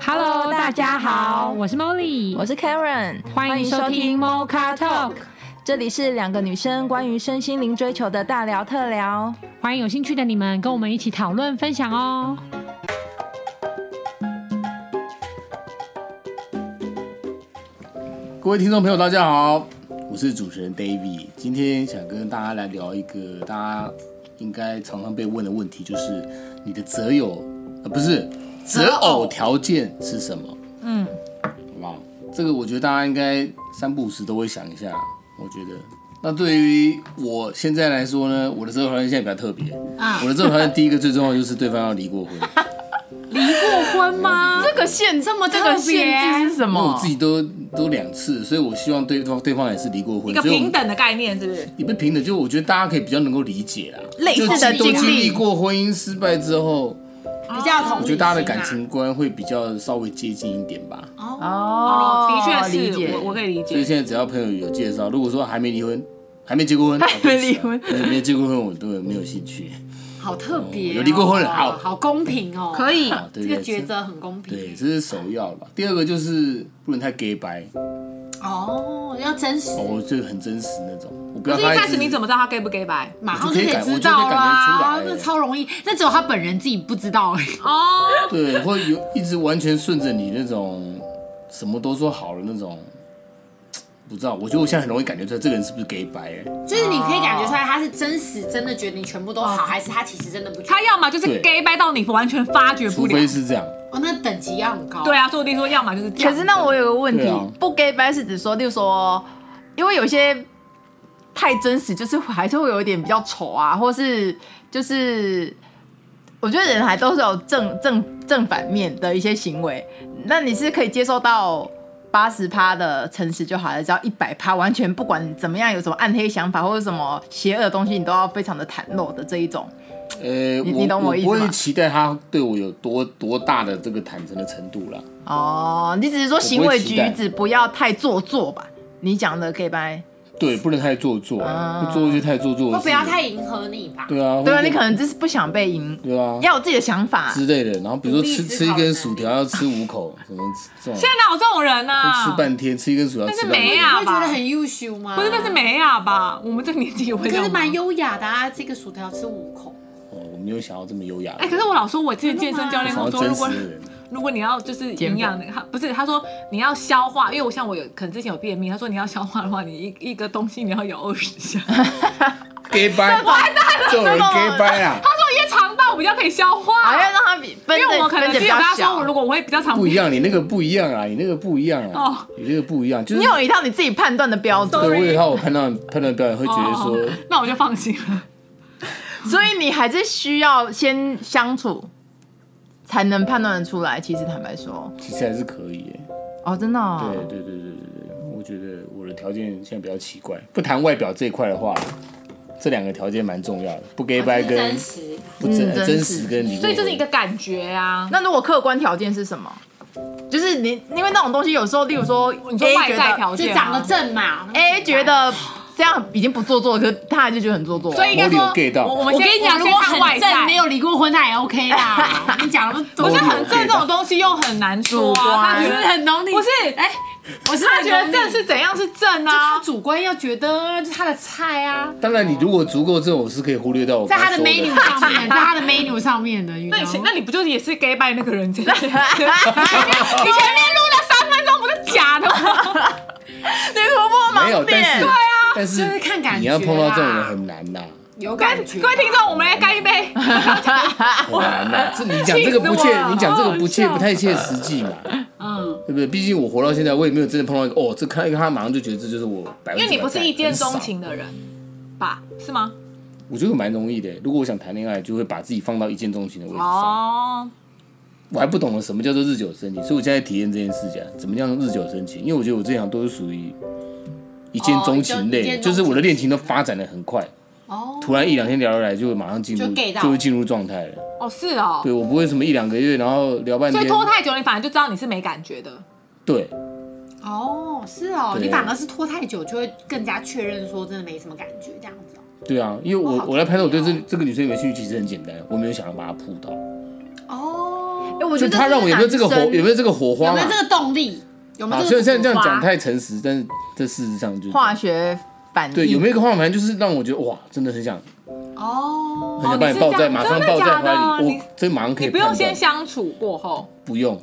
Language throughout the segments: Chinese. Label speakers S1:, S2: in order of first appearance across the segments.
S1: Hello，大家好，
S2: 我是 Molly，
S1: 我是 Karen，
S2: 欢迎收听 Mocha Talk，
S1: 这里是两个女生关于身心灵追求的大聊特聊。
S2: 欢迎有兴趣的你们跟我们一起讨论分享哦。
S3: 各位听众朋友，大家好，我是主持人 David。今天想跟大家来聊一个大家应该常常被问的问题，就是你的择友呃不是择偶条件是什么？嗯，好不好？这个我觉得大家应该三不五时都会想一下。我觉得，那对于我现在来说呢，我的择偶条件现在比较特别。啊，我的择偶条件第一个最重要的就是对方要离过婚。
S2: 婚吗？
S4: 这个限这么这个限制是什
S3: 因为我
S4: 么
S3: 自？己都都两次，所以我希望对方对方也是离过婚，
S4: 一个
S3: 所以我
S4: 平等的概念是不是？
S3: 也不是平等，就我觉得大家可以比较能够理解啦。
S4: 类似的
S3: 就都
S4: 经历
S3: 经历过婚姻失败之后，
S4: 比较同
S3: 哦我觉得大家的感情观会比较稍微接近一点吧。
S4: 哦
S1: 哦，
S4: 的确
S1: 理
S4: 是
S1: 解
S4: 我我可以理
S3: 所以
S4: 解。
S3: 现在只要朋友有介绍，如果说还没离婚，还没结 过婚，还
S4: 没离婚，
S3: 对没结过婚，我对没有 兴趣。
S2: 好特别哦、
S3: 有离过婚了好
S2: 好公平哦，
S4: 可以
S3: 啊对
S2: 这
S3: 不
S2: 个
S3: 对
S2: 抉择很公平。
S3: 对，这是首要吧。第二个就是不能太 gay 白，
S2: 哦，要真实，
S3: 哦，我就很真实那种，我不
S4: 可
S3: 要
S4: 是
S3: 他
S4: 一
S3: 一
S4: 开
S3: 直
S4: 始你怎么知道他 gay 不 gay 白？
S2: 马上
S3: 我
S2: 就
S3: 就
S2: 可
S3: 可以
S2: 以
S3: 感
S2: 知
S3: 我，就
S2: 道啦
S3: 可以感觉出来
S2: 那超容易，那只有他本人自己不知道而已。
S4: 哦，
S3: 对，或有一直完全顺着你那种什么都说好了那种，不知道，我觉得我现在很容易感觉出来这个人是不是 gay 白、欸。
S2: 就是你可以感觉出来他是真实，真的觉得你全部都
S3: 哦
S2: 好，还是他其实真的不觉得？
S4: 他要么就是
S3: 对
S4: gay 白到你完全发掘
S3: 除
S4: 不了
S3: 非。是这样，
S2: 哦，那等级要很高。
S4: 对，啊，所以我弟说，要么就是这样。
S5: 可是那我有个问
S3: 对
S5: 题，
S3: 啊
S5: 不 gay 掰是指说，例如说，因为有些太真实，就是还是会有一点比较丑啊，或是就是，我觉得人还都是有正正正反面的一些行为，那你是可以接受到。八十趴的诚实就好了，只要一百趴，完全不管怎么样，有什么暗黑想法或者什么邪恶的东西，你都要非常的袒露的这一种。
S3: 呃，
S5: 你你懂
S3: 我
S5: 我意思
S3: 不会
S5: 吗
S3: 期待他对我有多多大的这个坦诚的程度啦。
S5: 哦，你只是说行为举止不要太做作吧？你讲的 gay 掰，
S3: 对，不能太做作，啊不做作就太做作
S2: 或
S3: 了，
S2: 不要太迎合你吧。
S3: 对啊，
S5: 对啊，
S3: 或者
S5: 你可能就是不想被赢，
S3: 对啊
S5: 要有自己的想法。
S3: 之类的。然后比如说吃
S2: 独立
S3: 吃
S2: 思考
S3: 一
S2: 的能
S3: 根
S2: 力
S3: 薯条要吃五口，什么这种
S4: 现在哪有这种人啊？
S3: 吃半天，吃一根薯条
S4: 但
S3: 吃
S4: 是
S3: 半
S4: 没
S3: 天。
S4: 啊
S2: 会觉得很优秀吗？
S4: 不是，那是美雅吧？我们这个年纪有会
S2: 可
S4: 这样
S2: 是
S4: 吗
S2: 蛮优雅的啊，这个薯条吃五口。
S3: 哦，我没有想要这么优雅的，
S4: 哎、可是我老说，我之前健身教练
S3: 想
S4: 跟
S3: 要
S4: 我说，
S3: 真
S4: 如
S3: 实
S4: 果
S3: 的人。
S4: 如果你要就是
S5: 减
S4: 营养的，他不是他说你要消化，因为我像我有可能之前有便秘，他说你要消化的话，你一一个东西你要咬二十下，
S3: gay 掰，这种人 gay 掰啊，
S4: 因为肠道比较可以消化。
S5: 啊，要让它比分
S4: 因为我
S5: 的
S4: 可能
S5: 分
S4: 就
S5: 的比
S4: 有
S5: 较
S4: 跟他说，
S5: 小
S4: 我。如果我会比较常
S3: 不一，样，你那个不一样啊，你那个不一样啊，
S4: 哦
S3: 你那个不一样，就是
S5: 你有一套你自己判断的标
S3: 对，
S5: 准，
S3: 我有一套我判断判断标准，会觉得说
S4: 哦，那我就放心了。
S5: 所以你还是需要先相处，才能判断得出来。其实坦白说，
S3: 其实还是可以耶、
S5: 哦，真的、哦
S3: 对，对对对对对，
S4: 哦
S3: 我觉得我的条件现在比较奇怪。不谈外表这一块的话，这两个条件蛮重要的，
S4: 啊
S3: 不 gay 白哎跟
S2: 真实，
S3: 不真
S5: 嗯
S3: 呃
S5: 真
S3: 真
S5: 实
S3: 实跟离婚，
S4: 所以就是一个感觉啊，
S5: 那如果客观条件是什么？就是你，因为那种东西有时候，例如说，你
S4: 你说外在条
S2: 就
S4: 件
S2: 长得
S4: 啊。
S2: 正嘛。
S3: 哎
S5: A 觉得这样已经不做作了，可是他还是觉得很做作。
S4: 所以应该
S3: 我
S4: 说
S3: 有 get，到
S4: 我我们
S2: 我
S4: 先
S2: 跟你讲，
S4: 我
S2: 如
S4: 们
S2: 果
S4: 先看外
S2: 很
S4: 在
S2: 正，没有离过婚，那也 OK 啦。你讲那么多，
S3: 不
S4: 不是很正这种东西又很难说
S5: 主
S4: 啊。他
S5: 观
S4: 觉得
S2: 是不是很懂你？
S4: 不是，
S2: 哎，我是
S5: 他觉得
S2: 很懂
S5: 正
S2: 你
S5: 是怎样是正
S2: 他
S5: 啊？
S2: 主观要觉得就是他的菜啊，
S3: 当然，你如果足够这种，我是可以忽略掉我
S2: 在
S3: 刚
S2: 他
S3: 刚
S2: 的
S3: 说
S2: menu
S3: 的。
S2: 上面，在他的 menu 上面的。
S4: 那
S2: 那
S4: 你前那你不就是也是 gay 拜那个人？你前面录
S5: 你
S4: 了三分钟不是假的吗？
S5: 突破
S3: 没有，
S5: 盲
S3: 但
S5: 点
S3: 是，但是
S2: 就是看感觉啦
S3: 你要碰到这种人很难呐、
S2: 有感觉，
S4: 各位听众，我们来干一 杯。
S3: 很难呐、啊这你讲这个不切，你讲这个不切不太切实 际嘛，
S2: 嗯，
S3: 对不对？毕竟我活到现在，我也没有真的碰到一个哦，这看到一个他马上就觉得这就是我百分之百
S4: 因为你不是
S3: 在
S4: 一见钟，
S3: 很少
S4: 情的人吧？是吗？
S3: 我觉得蛮容易的。如果我想谈恋爱，就会把自己放到一见钟情的位置上。
S4: 哦，
S3: 我还不懂得什么叫做日久生情，所以我现在体验这件事情啊，怎么样日久生情？因为我觉得我这两都是属于一见钟情
S2: 哦一见
S3: 类，
S2: 一见钟情
S3: 就是我的恋情都发展的很快，
S2: 哦，
S3: 突然一两天聊得来，就会马上进入，
S2: 就 get 到
S3: 就会进入状态了。
S4: 哦是哦，
S3: 对我不会什么一两个月，然后聊半
S4: 所
S3: 天
S4: 以，拖太久，你反而就知道你是没感觉的。
S3: 对
S2: 哦，是哦，
S3: 对
S2: 你反而是拖太久，就会更加确认说真的没什么感觉这样子哦。
S3: 对啊，因为我
S2: 好
S3: 我来判断我对
S2: 特别
S3: 这
S2: 哦
S3: 这个女生有没有兴趣，其实很简单，我没有想要把她扑倒，
S2: 哦，
S5: 哎，我觉
S3: 就
S5: 得
S3: 他让我有没有这个火，有没
S5: 有
S3: 有这个火花
S2: 有没
S3: 嘛
S2: 有？这个动力？有没
S3: 啊，
S2: 有
S3: 虽
S2: 这
S3: 然现在
S2: 个
S3: 这样
S2: 火花
S3: 讲太诚实，但是这事实上就是
S5: 化学反应？
S3: 对，有没有一个画面就是让我觉得哇，真的很想
S2: 哦？
S3: 很想把
S4: 你是
S3: 抱
S4: 这
S3: 在，
S4: 样
S3: 马上
S4: 真的
S3: 抱在
S4: 假的
S3: 怀里，
S4: 你
S3: 我这马上可以
S4: 你不
S3: 判断，
S4: 用先相处过后，
S3: 不用，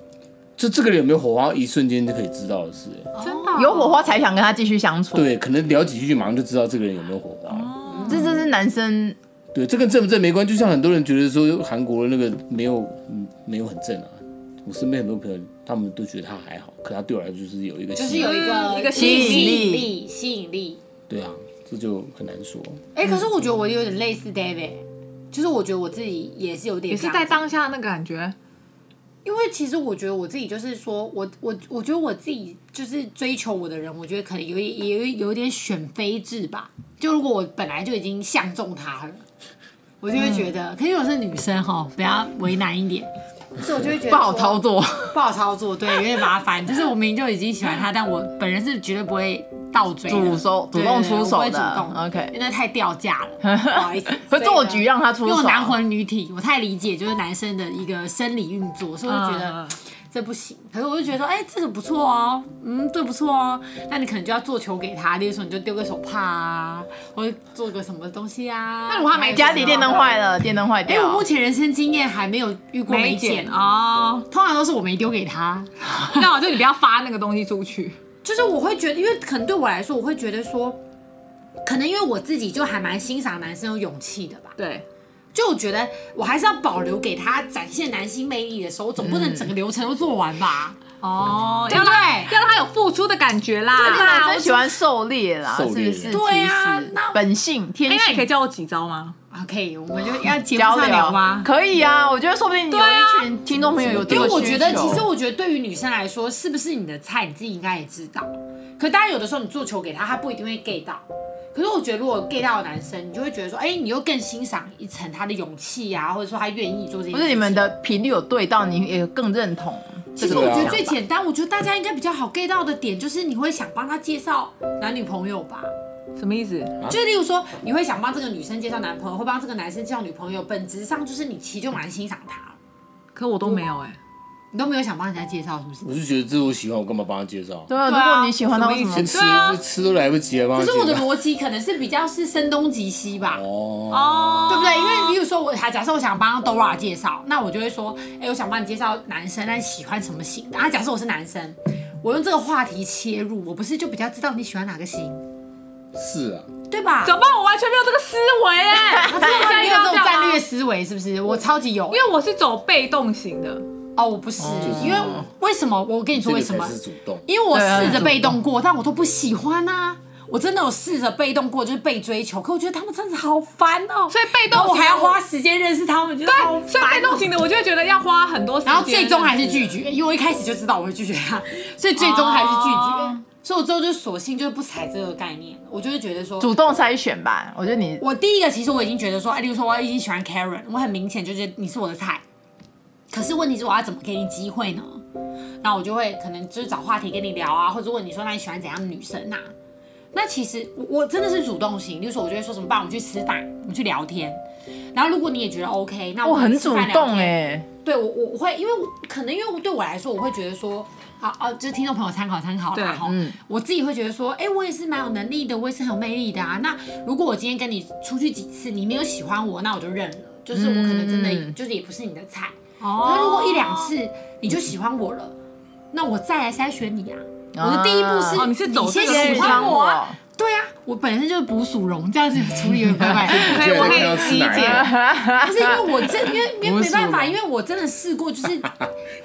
S3: 就这个人有没有火花，一瞬间就可以知道的事。哎
S4: 真的哦
S5: 有火花才想跟他继续相处？，
S3: 对，可能聊几句就马上就知道这个人有没有火花。
S5: 这这是男生
S3: 对，这跟正不正没关系，就像很多人觉得说韩国的那个没有，嗯，没有很正啊。我身边很多朋友，他们都觉得他还好，可他对我来说就是有一个
S2: 就是
S3: 吸引
S2: 有一个
S4: 嗯一个
S5: 吸引力
S2: 吸引力，吸引力。
S3: 对啊，这就很难说。
S2: 哎，可是我觉得我有点类似 David，就是我觉得我自己也是有点
S4: 也是
S2: 这样
S4: 在
S2: 子
S4: 当下那个感觉，
S2: 因为其实我觉得我自己就是说，我我我觉得我自己就是追求我的人，我觉得可能有一也有有点选妃制吧。就如果我本来就已经相中他了，我就会觉得，可是我是女生哈，不要为难一点，所以我就会觉得
S5: 不好操
S2: 作。
S5: 作。
S2: 不好操作，对，有点麻烦。就是我明明就已经喜欢他，但我本人是绝对不会倒追的、
S5: 主手
S2: 对
S5: 主动出手的
S2: 对对我不会主动
S5: OK
S2: 因为太掉价 了，不好意思。
S5: 可是我局让他出
S2: 因为
S5: 手，
S2: 我啊男魂女体，我太理解就是男生的一个生理运作，所以我就觉得
S4: 嗯
S2: 这不行。可是我就觉得说，哎、这个不错哦，嗯，这不错哦。那你可能就要做球给他，例如说你就丢个手帕啊，或者做个什么东西啊。
S4: 那如果他没
S5: 家里电灯，坏了，电灯坏
S2: 哎、
S5: 掉。
S4: 啊
S2: 我目前人生经验还没有遇过没剪啊，
S4: 哦，
S2: 通常都是我没丢给他。
S4: 那我就你不要发那个东西出去。
S2: 就是我会觉得，因为可能对我来说，我会觉得说，可能因为我自己就还蛮欣赏男生有勇气的吧，
S4: 对，
S2: 就我觉得我还是要保留给他展现男性魅力的时候，总不能整个流程都做完吧？
S4: 哦，
S2: 对
S4: 要
S2: 不
S4: 让他
S2: 对
S4: 要让他有付出的感觉哎啦。啊
S5: 对啦
S4: 我
S5: 男生喜欢啊狩猎啦，
S3: 狩
S5: 是不
S3: 猎
S5: 是？
S2: 对啊
S5: 其实
S2: 那
S5: 本性天
S4: 哎，那你可以
S5: 性
S4: 教我几招吗？
S2: ？OK，我们就要节目
S5: 交
S2: 上
S5: 流
S2: 聊吗？啊
S5: 可以啊，我觉得说不定有一群听众朋友有这
S2: 因
S5: 个需
S2: 为
S5: 求。
S2: 我觉得，其实我觉得对于女生来说，是不是你的菜，你自己应该也知道。可当然，有的时候你做球给他，他不一定会 get 到。可是我觉得，如果 get 到的男生，你就会觉得说，哎、你又更欣赏一层他的勇气呀、或者说他愿意做这些。
S5: 不是你们的频率有对到，你也更认同
S2: 其
S5: 这
S2: 实
S5: 个啊
S2: 我
S5: 想法。
S2: 觉得最简单，我觉得大家应该比较好 get 到的点就是你会想帮他介绍男女朋友吧？
S4: 什么意思？
S3: 啊
S2: 就例如说，你会想帮这个女生介绍男朋友，会帮这个男生介绍女朋友，本质上就是你其实就蛮欣赏他，
S4: 可我都没有哎。
S2: 你都没有想帮人家介绍，是不是？
S3: 我是觉得这是我喜欢，我干嘛帮他介绍？
S5: 对啊，
S4: 对啊
S5: 如果你喜欢他，
S4: 什
S5: 为什么
S4: 么
S3: 先
S4: 意思
S3: 吃
S4: 对啊
S3: 吃都来不及了，帮
S2: 可
S3: 他
S2: 是我的
S3: 介绍。
S2: 逻辑可能是比较是声东击西吧，
S3: 哦，
S4: 哦，
S2: 对不对？因为比如说我，还假设我想帮 Dora 介绍，那我就会说，哎，我想帮你介绍男生，那你喜欢什么型的？啊，假设我是男生，我用这个话题切入，我不是就比较知道你喜欢哪个型，
S3: 是啊，
S2: 对吧？
S4: 怎么办？我完全没有这个思维 哎。
S2: 他真的没有这种战略
S4: 因
S2: 思维，是不是？我超级有，因
S4: 哦为我是走被动型的，
S2: 哦，我不是，因为为什么？我跟你
S3: 这
S2: 说为
S3: 个
S2: 什么
S3: 才？是主动。
S2: 因为我
S5: 对啊
S2: 试着被动过，但我都不喜欢啊。我真的有试着被动过，就是被追求，可我觉得他们真的好烦哦、
S4: 所以被动
S2: 然后我
S4: 型
S2: 还要花时间认识他们，觉得好烦哦
S4: 对，所以被动型的我就会觉得要花很多时间，
S2: 然后最终还是拒绝，因为我一开始就知道我会拒绝他，所以最终还是拒绝。
S4: 哦
S2: 所以我最后就索性就是不踩这个概念，我就会觉得说，
S5: 主动筛选吧？我觉得你
S2: 我第一个其实我已经觉得说，哎，例如说我已经喜欢 Karen，我很明显就觉得你是我的菜。可是问题是我要怎么给你机会呢？然后我就会可能就是找话题跟你聊啊，或者问你说那你喜欢怎样的女生啊？那其实我我真的是主动型，例如说我就会说什么，爸，我们去吃饭，我们去聊天。然后如果你也觉得 OK，那
S5: 我
S2: 们
S5: 哦很
S2: 吃
S5: 主
S2: 饭聊
S5: 动
S2: 天
S5: 哎，
S2: 对我我我会，因为我可能因为对我来说，我会觉得说，啊啊，就是听众朋友参考参考
S4: 对嗯
S2: 啦哈。我自己会觉得说，哎、我也是蛮有能力的，我也是很有魅力的啊。那如果我今天跟你出去几次，你没有喜欢我，那我就认了，就是我可能真的、就是也不是你的菜。
S4: 嗯哦
S2: 可是如果一两次你就喜欢我了，那我再来筛选你啊。我的第一步是，
S4: 哦你是走
S2: 先
S4: 这个
S2: 喜
S5: 喜
S4: 路哦
S2: 欢
S5: 欢
S4: 线
S2: 我啊，
S5: 我，
S2: 对啊，我本身就是捕鼠笼，这样子处理有点怪 怪的。
S4: 所以我可以理
S3: 啊
S2: 啊
S4: 解，
S2: 不是因为我真，因为因为
S3: 不
S2: 没
S3: 是
S2: 办法，
S3: 我
S2: 因为我真的试过，就是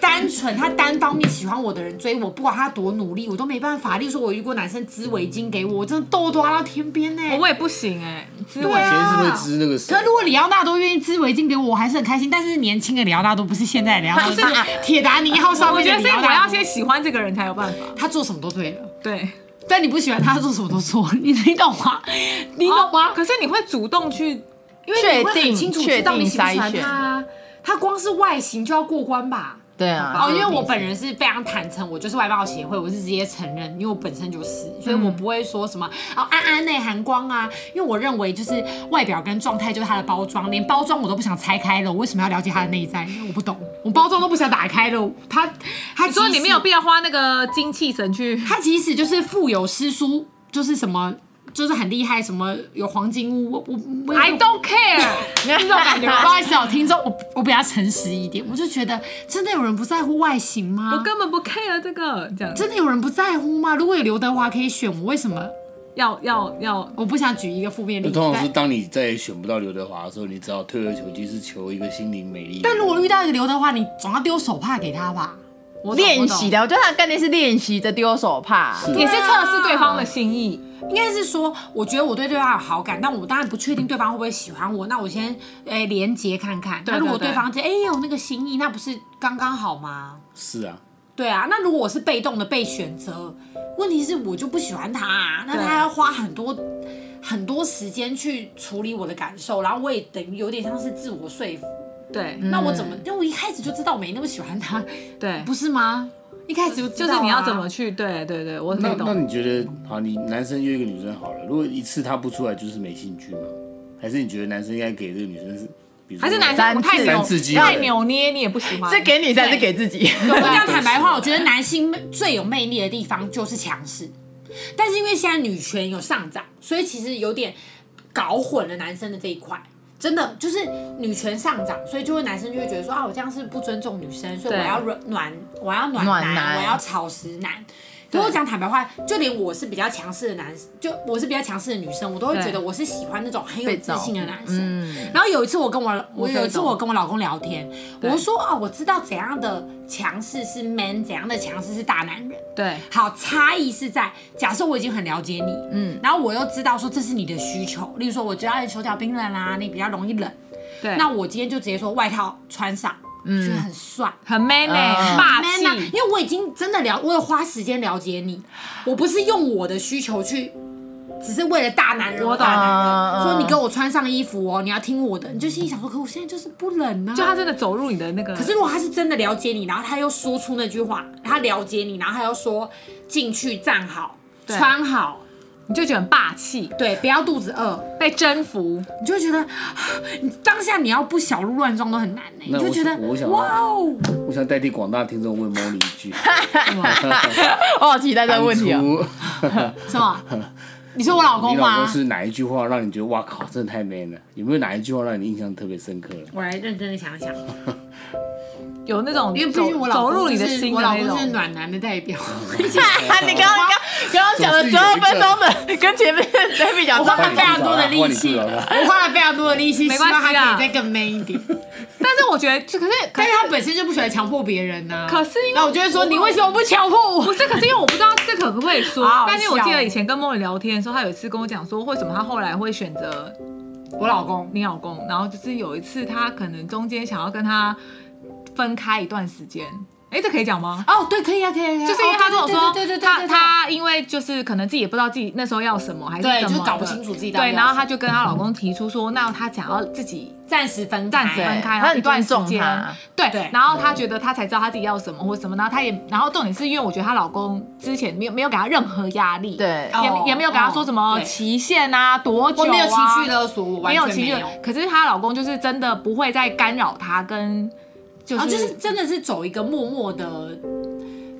S2: 单纯他单方面喜欢我的人追我，不管他多努力，我都没办法。例如说，我遇过男生织围巾给我，我真的豆都拉到天边呢、
S4: 我也不行哎，思
S3: 以
S4: 维
S2: 对
S3: 前是
S2: 啊
S3: 会织那个
S2: 可
S3: 绳
S2: 是如果里奥纳多愿意织围巾给我，我还是很开心。但是年轻的里奥纳多不是现在的里奥纳 多，
S4: 是
S2: 是铁达尼号上
S4: 我
S2: 面
S4: 觉
S2: 的
S4: 得是
S2: 里奥
S4: 我
S2: 纳
S4: 要
S2: 多。
S4: 先喜欢这个人才有办法。
S2: 他做什么都对了，
S4: 对，
S2: 但你不喜欢他，他做什么都错，你你懂吗？你懂吗？
S4: 哦可是你会主动去，
S2: 因为你会
S5: 确定
S2: 很清楚知道你喜不喜
S5: 确
S2: 欢
S5: 定
S2: 他
S5: 筛
S2: 啊。他光是外形就要过关吧？
S5: 对啊，
S2: 哦，因为我本人是非常坦诚，我就是外貌协会，我是直接承认，因为我本身就是，所以
S4: 嗯
S2: 我不会说什么哦暗暗内含光啊，因为我认为就是外表跟状态就是它的包装，连包装我都不想拆开了，我为什么要了解它的内在？我不懂，我包装都不想打开了，它它
S4: 你说
S2: 即
S4: 你
S2: 使
S4: 没有必要花那个精气神去，
S2: 他即使就是富有诗书，就是什么，就是很厉害，什么有黄金屋，我我我
S4: I don't care。
S2: 这种感觉。不好意思哦，听众，我我比较诚实一点，我就觉得真的有人不在乎外形吗？
S4: 我根本不 care 这个，这样
S2: 真的有人不在乎吗？如果有刘德华可以选，我为什么？
S4: 要要要，
S2: 我不想举一个负面例
S3: 那
S2: 子。
S3: 通常是
S2: 但
S3: 当你再也选不到刘德华的时候，你只好退而求其次，求一个心灵美丽。
S2: 但如果遇到一个刘德华，你总要丢手帕给他吧？
S4: 我懂
S5: 练习，的，我觉得他的概念是练习着丢手帕。
S4: 我懂
S2: 啊
S4: 也是啊测试对方的心意。
S2: 应该是说，我觉得我对对方有好感，但我当然不确定对方会不会喜欢我。那我先诶连接看看，
S4: 对
S2: 那如果
S4: 对
S2: 对
S4: 对
S2: 方就哎有那个心意，那不是刚刚好吗？
S3: 是啊，
S2: 对啊，那如果我是被动的被选择，问题是我就不喜欢他、啊，那他要花很多很多时间去处理我的感受，然后我也等于有点像是自我说服。
S4: 对
S2: 那我怎么？因为我一开始就知道我没那么喜欢他，
S4: 嗯 对，
S2: 不是吗？一开始就知
S4: 就
S2: 道啊、
S4: 是你要怎么去？对对对，我可
S3: 那
S4: 以
S3: 那
S4: 懂。
S3: 你觉得，好，你男生约一个女生好了，如果一次他不出来，就是没兴趣吗？还是你觉得男生应该给这个女生是，比如说
S4: 还是男
S5: 三
S4: 生我太
S5: 次
S4: 扭
S3: 三次机会
S4: 太扭捏，你也不喜欢。
S5: 是给女生还是给自己？
S2: 我这样坦白话，我觉得男性最有魅力的地方就是强势，但是因为现在女权有上涨，所以其实有点搞混了男生的这一块。真的就是女权上涨，所以就会男生就会觉得说啊，我这样是不尊重女生，所以我
S4: 对
S2: 要软暖，我要暖
S5: 暖
S2: 男，
S5: 男
S2: 我要草食男。如果讲坦白话，就连我是比较强势的男，就我是比较强势的女生，我都会
S4: 对
S2: 觉得我是喜欢那种很有
S5: 被
S2: 自
S5: 照
S2: 信的男生。
S5: 嗯，
S2: 然后有一次我跟我我
S4: 我可以
S2: 有一次
S4: 懂
S2: 我跟我老公聊天，我
S4: 对
S2: 就说哦，我知道怎样的强势是 man，怎样的强势是大男人。
S4: 对
S2: 好，差异是在假设我已经很了解你，嗯，然后我又知道说这是你的需求，例如说我知道哎手脚冰冷啦、你比较容易冷，
S4: 对，
S2: 那我今天就直接说外套穿上，嗯，觉得很帅。
S4: 很 man 呢，
S5: 嗯
S4: 很霸
S2: man 啊，
S4: 气。
S2: 因为我已经真的了，我有花时间了解你，我不是用我的需求去，只是为了大男人，
S4: 我懂
S2: 大男人
S5: 嗯
S2: 说你给我穿上衣服哦，你要听我的，你就心里想说，可我现在就是不冷啊。
S4: 就他真的走入你的那个，
S2: 嗯可是如果他是真的了解你，然后他又说出那句话，他了解你，然后他又说进去站好，
S4: 对
S2: 穿好，
S4: 你就觉得很霸气，
S2: 对，不要肚子饿，
S4: 被征服。
S2: 你就会觉得， 你当下你要不小鹿乱撞都很难呢、你
S3: 那我
S2: 就觉得
S3: 想我想
S2: 哇哦，
S3: 我想代替广大听众问 Molly 一 句，
S5: 我好期待这个问题
S3: 当
S5: 哦。
S3: 初
S2: 啊 什么？你说我老公
S3: 你老
S2: 吗
S3: 公？是哪一句话让你觉得哇靠，真的太 man 了？有没有哪一句话让你印象特别深刻？
S2: 我来认真的想一想。
S4: 有那种
S2: 因为毕
S4: 走
S2: 竟我老
S4: 走
S2: 公
S4: 入
S2: 就
S4: 你的
S2: 是
S4: 心
S2: 我
S4: 的
S2: 老
S4: 那
S2: 公是
S4: 种，
S2: 暖男的代 表。
S5: 啊你刚刚刚刚讲了
S3: 总是
S5: 十
S3: 有
S5: 二
S3: 一个
S5: 分钟的，跟前面 David 讲
S2: 我
S5: 说
S2: 花了非常多的力气，
S3: 换你出
S2: 我花了非常多的力气，
S4: 没
S2: 希
S4: 关
S2: 望
S4: 系啊
S2: 他可以再更 man 一点。
S4: 但是我觉 得，可是可
S2: 但
S4: 是
S2: 是他本身就不喜欢强迫别人呐、
S4: 可是因为
S2: 那我就会说，你为什么不强迫
S4: 不
S2: 我？
S4: 是，可是因为我不知道这可不可以说
S2: 好好笑哦，
S4: 但是我记得以前跟梦里聊天的时候，他有一次跟我讲说，为什么他后来会选择
S2: 我老公，
S4: 你老公，然后就是有一次他可能中间想要跟他分开一段时间，哎，这可以讲吗？
S2: 哦，对，可以啊，可以啊，可以啊
S4: 就是因为他
S2: 哦
S4: 跟我说，
S2: 对对对对
S4: 他
S2: 对对对
S4: 他因为就是可能自己也不知道自己那时候要什么，还是
S2: 对
S4: 怎
S2: 就
S4: 么
S2: 是搞不
S4: 的
S2: 清楚自己到底
S4: 对，
S2: 要
S4: 然后
S2: 什么
S4: 她就跟她老公提出说，那她想要自己
S2: 暂时分开
S4: 暂时分
S2: 哎
S4: 开，然后一段时间
S5: 他很尊重，
S2: 对
S4: 对，然后她觉得她才知道她自己要什么或什么，然后她也，然后重点是因为我觉得她老公之前没有没有给她任何压力，
S5: 对
S4: 也
S2: 哦
S4: 也没有给她说什
S2: 哦
S4: 么
S2: 对
S4: 期限啊，多久
S2: 我
S4: 啊，
S2: 没有情绪勒索，我完
S4: 没
S2: 全
S4: 有情绪
S2: 有。，
S4: 可是她老公就是真的不会再干扰她跟就
S2: 然后
S4: 是
S2: 哦就是真的是走一个默默的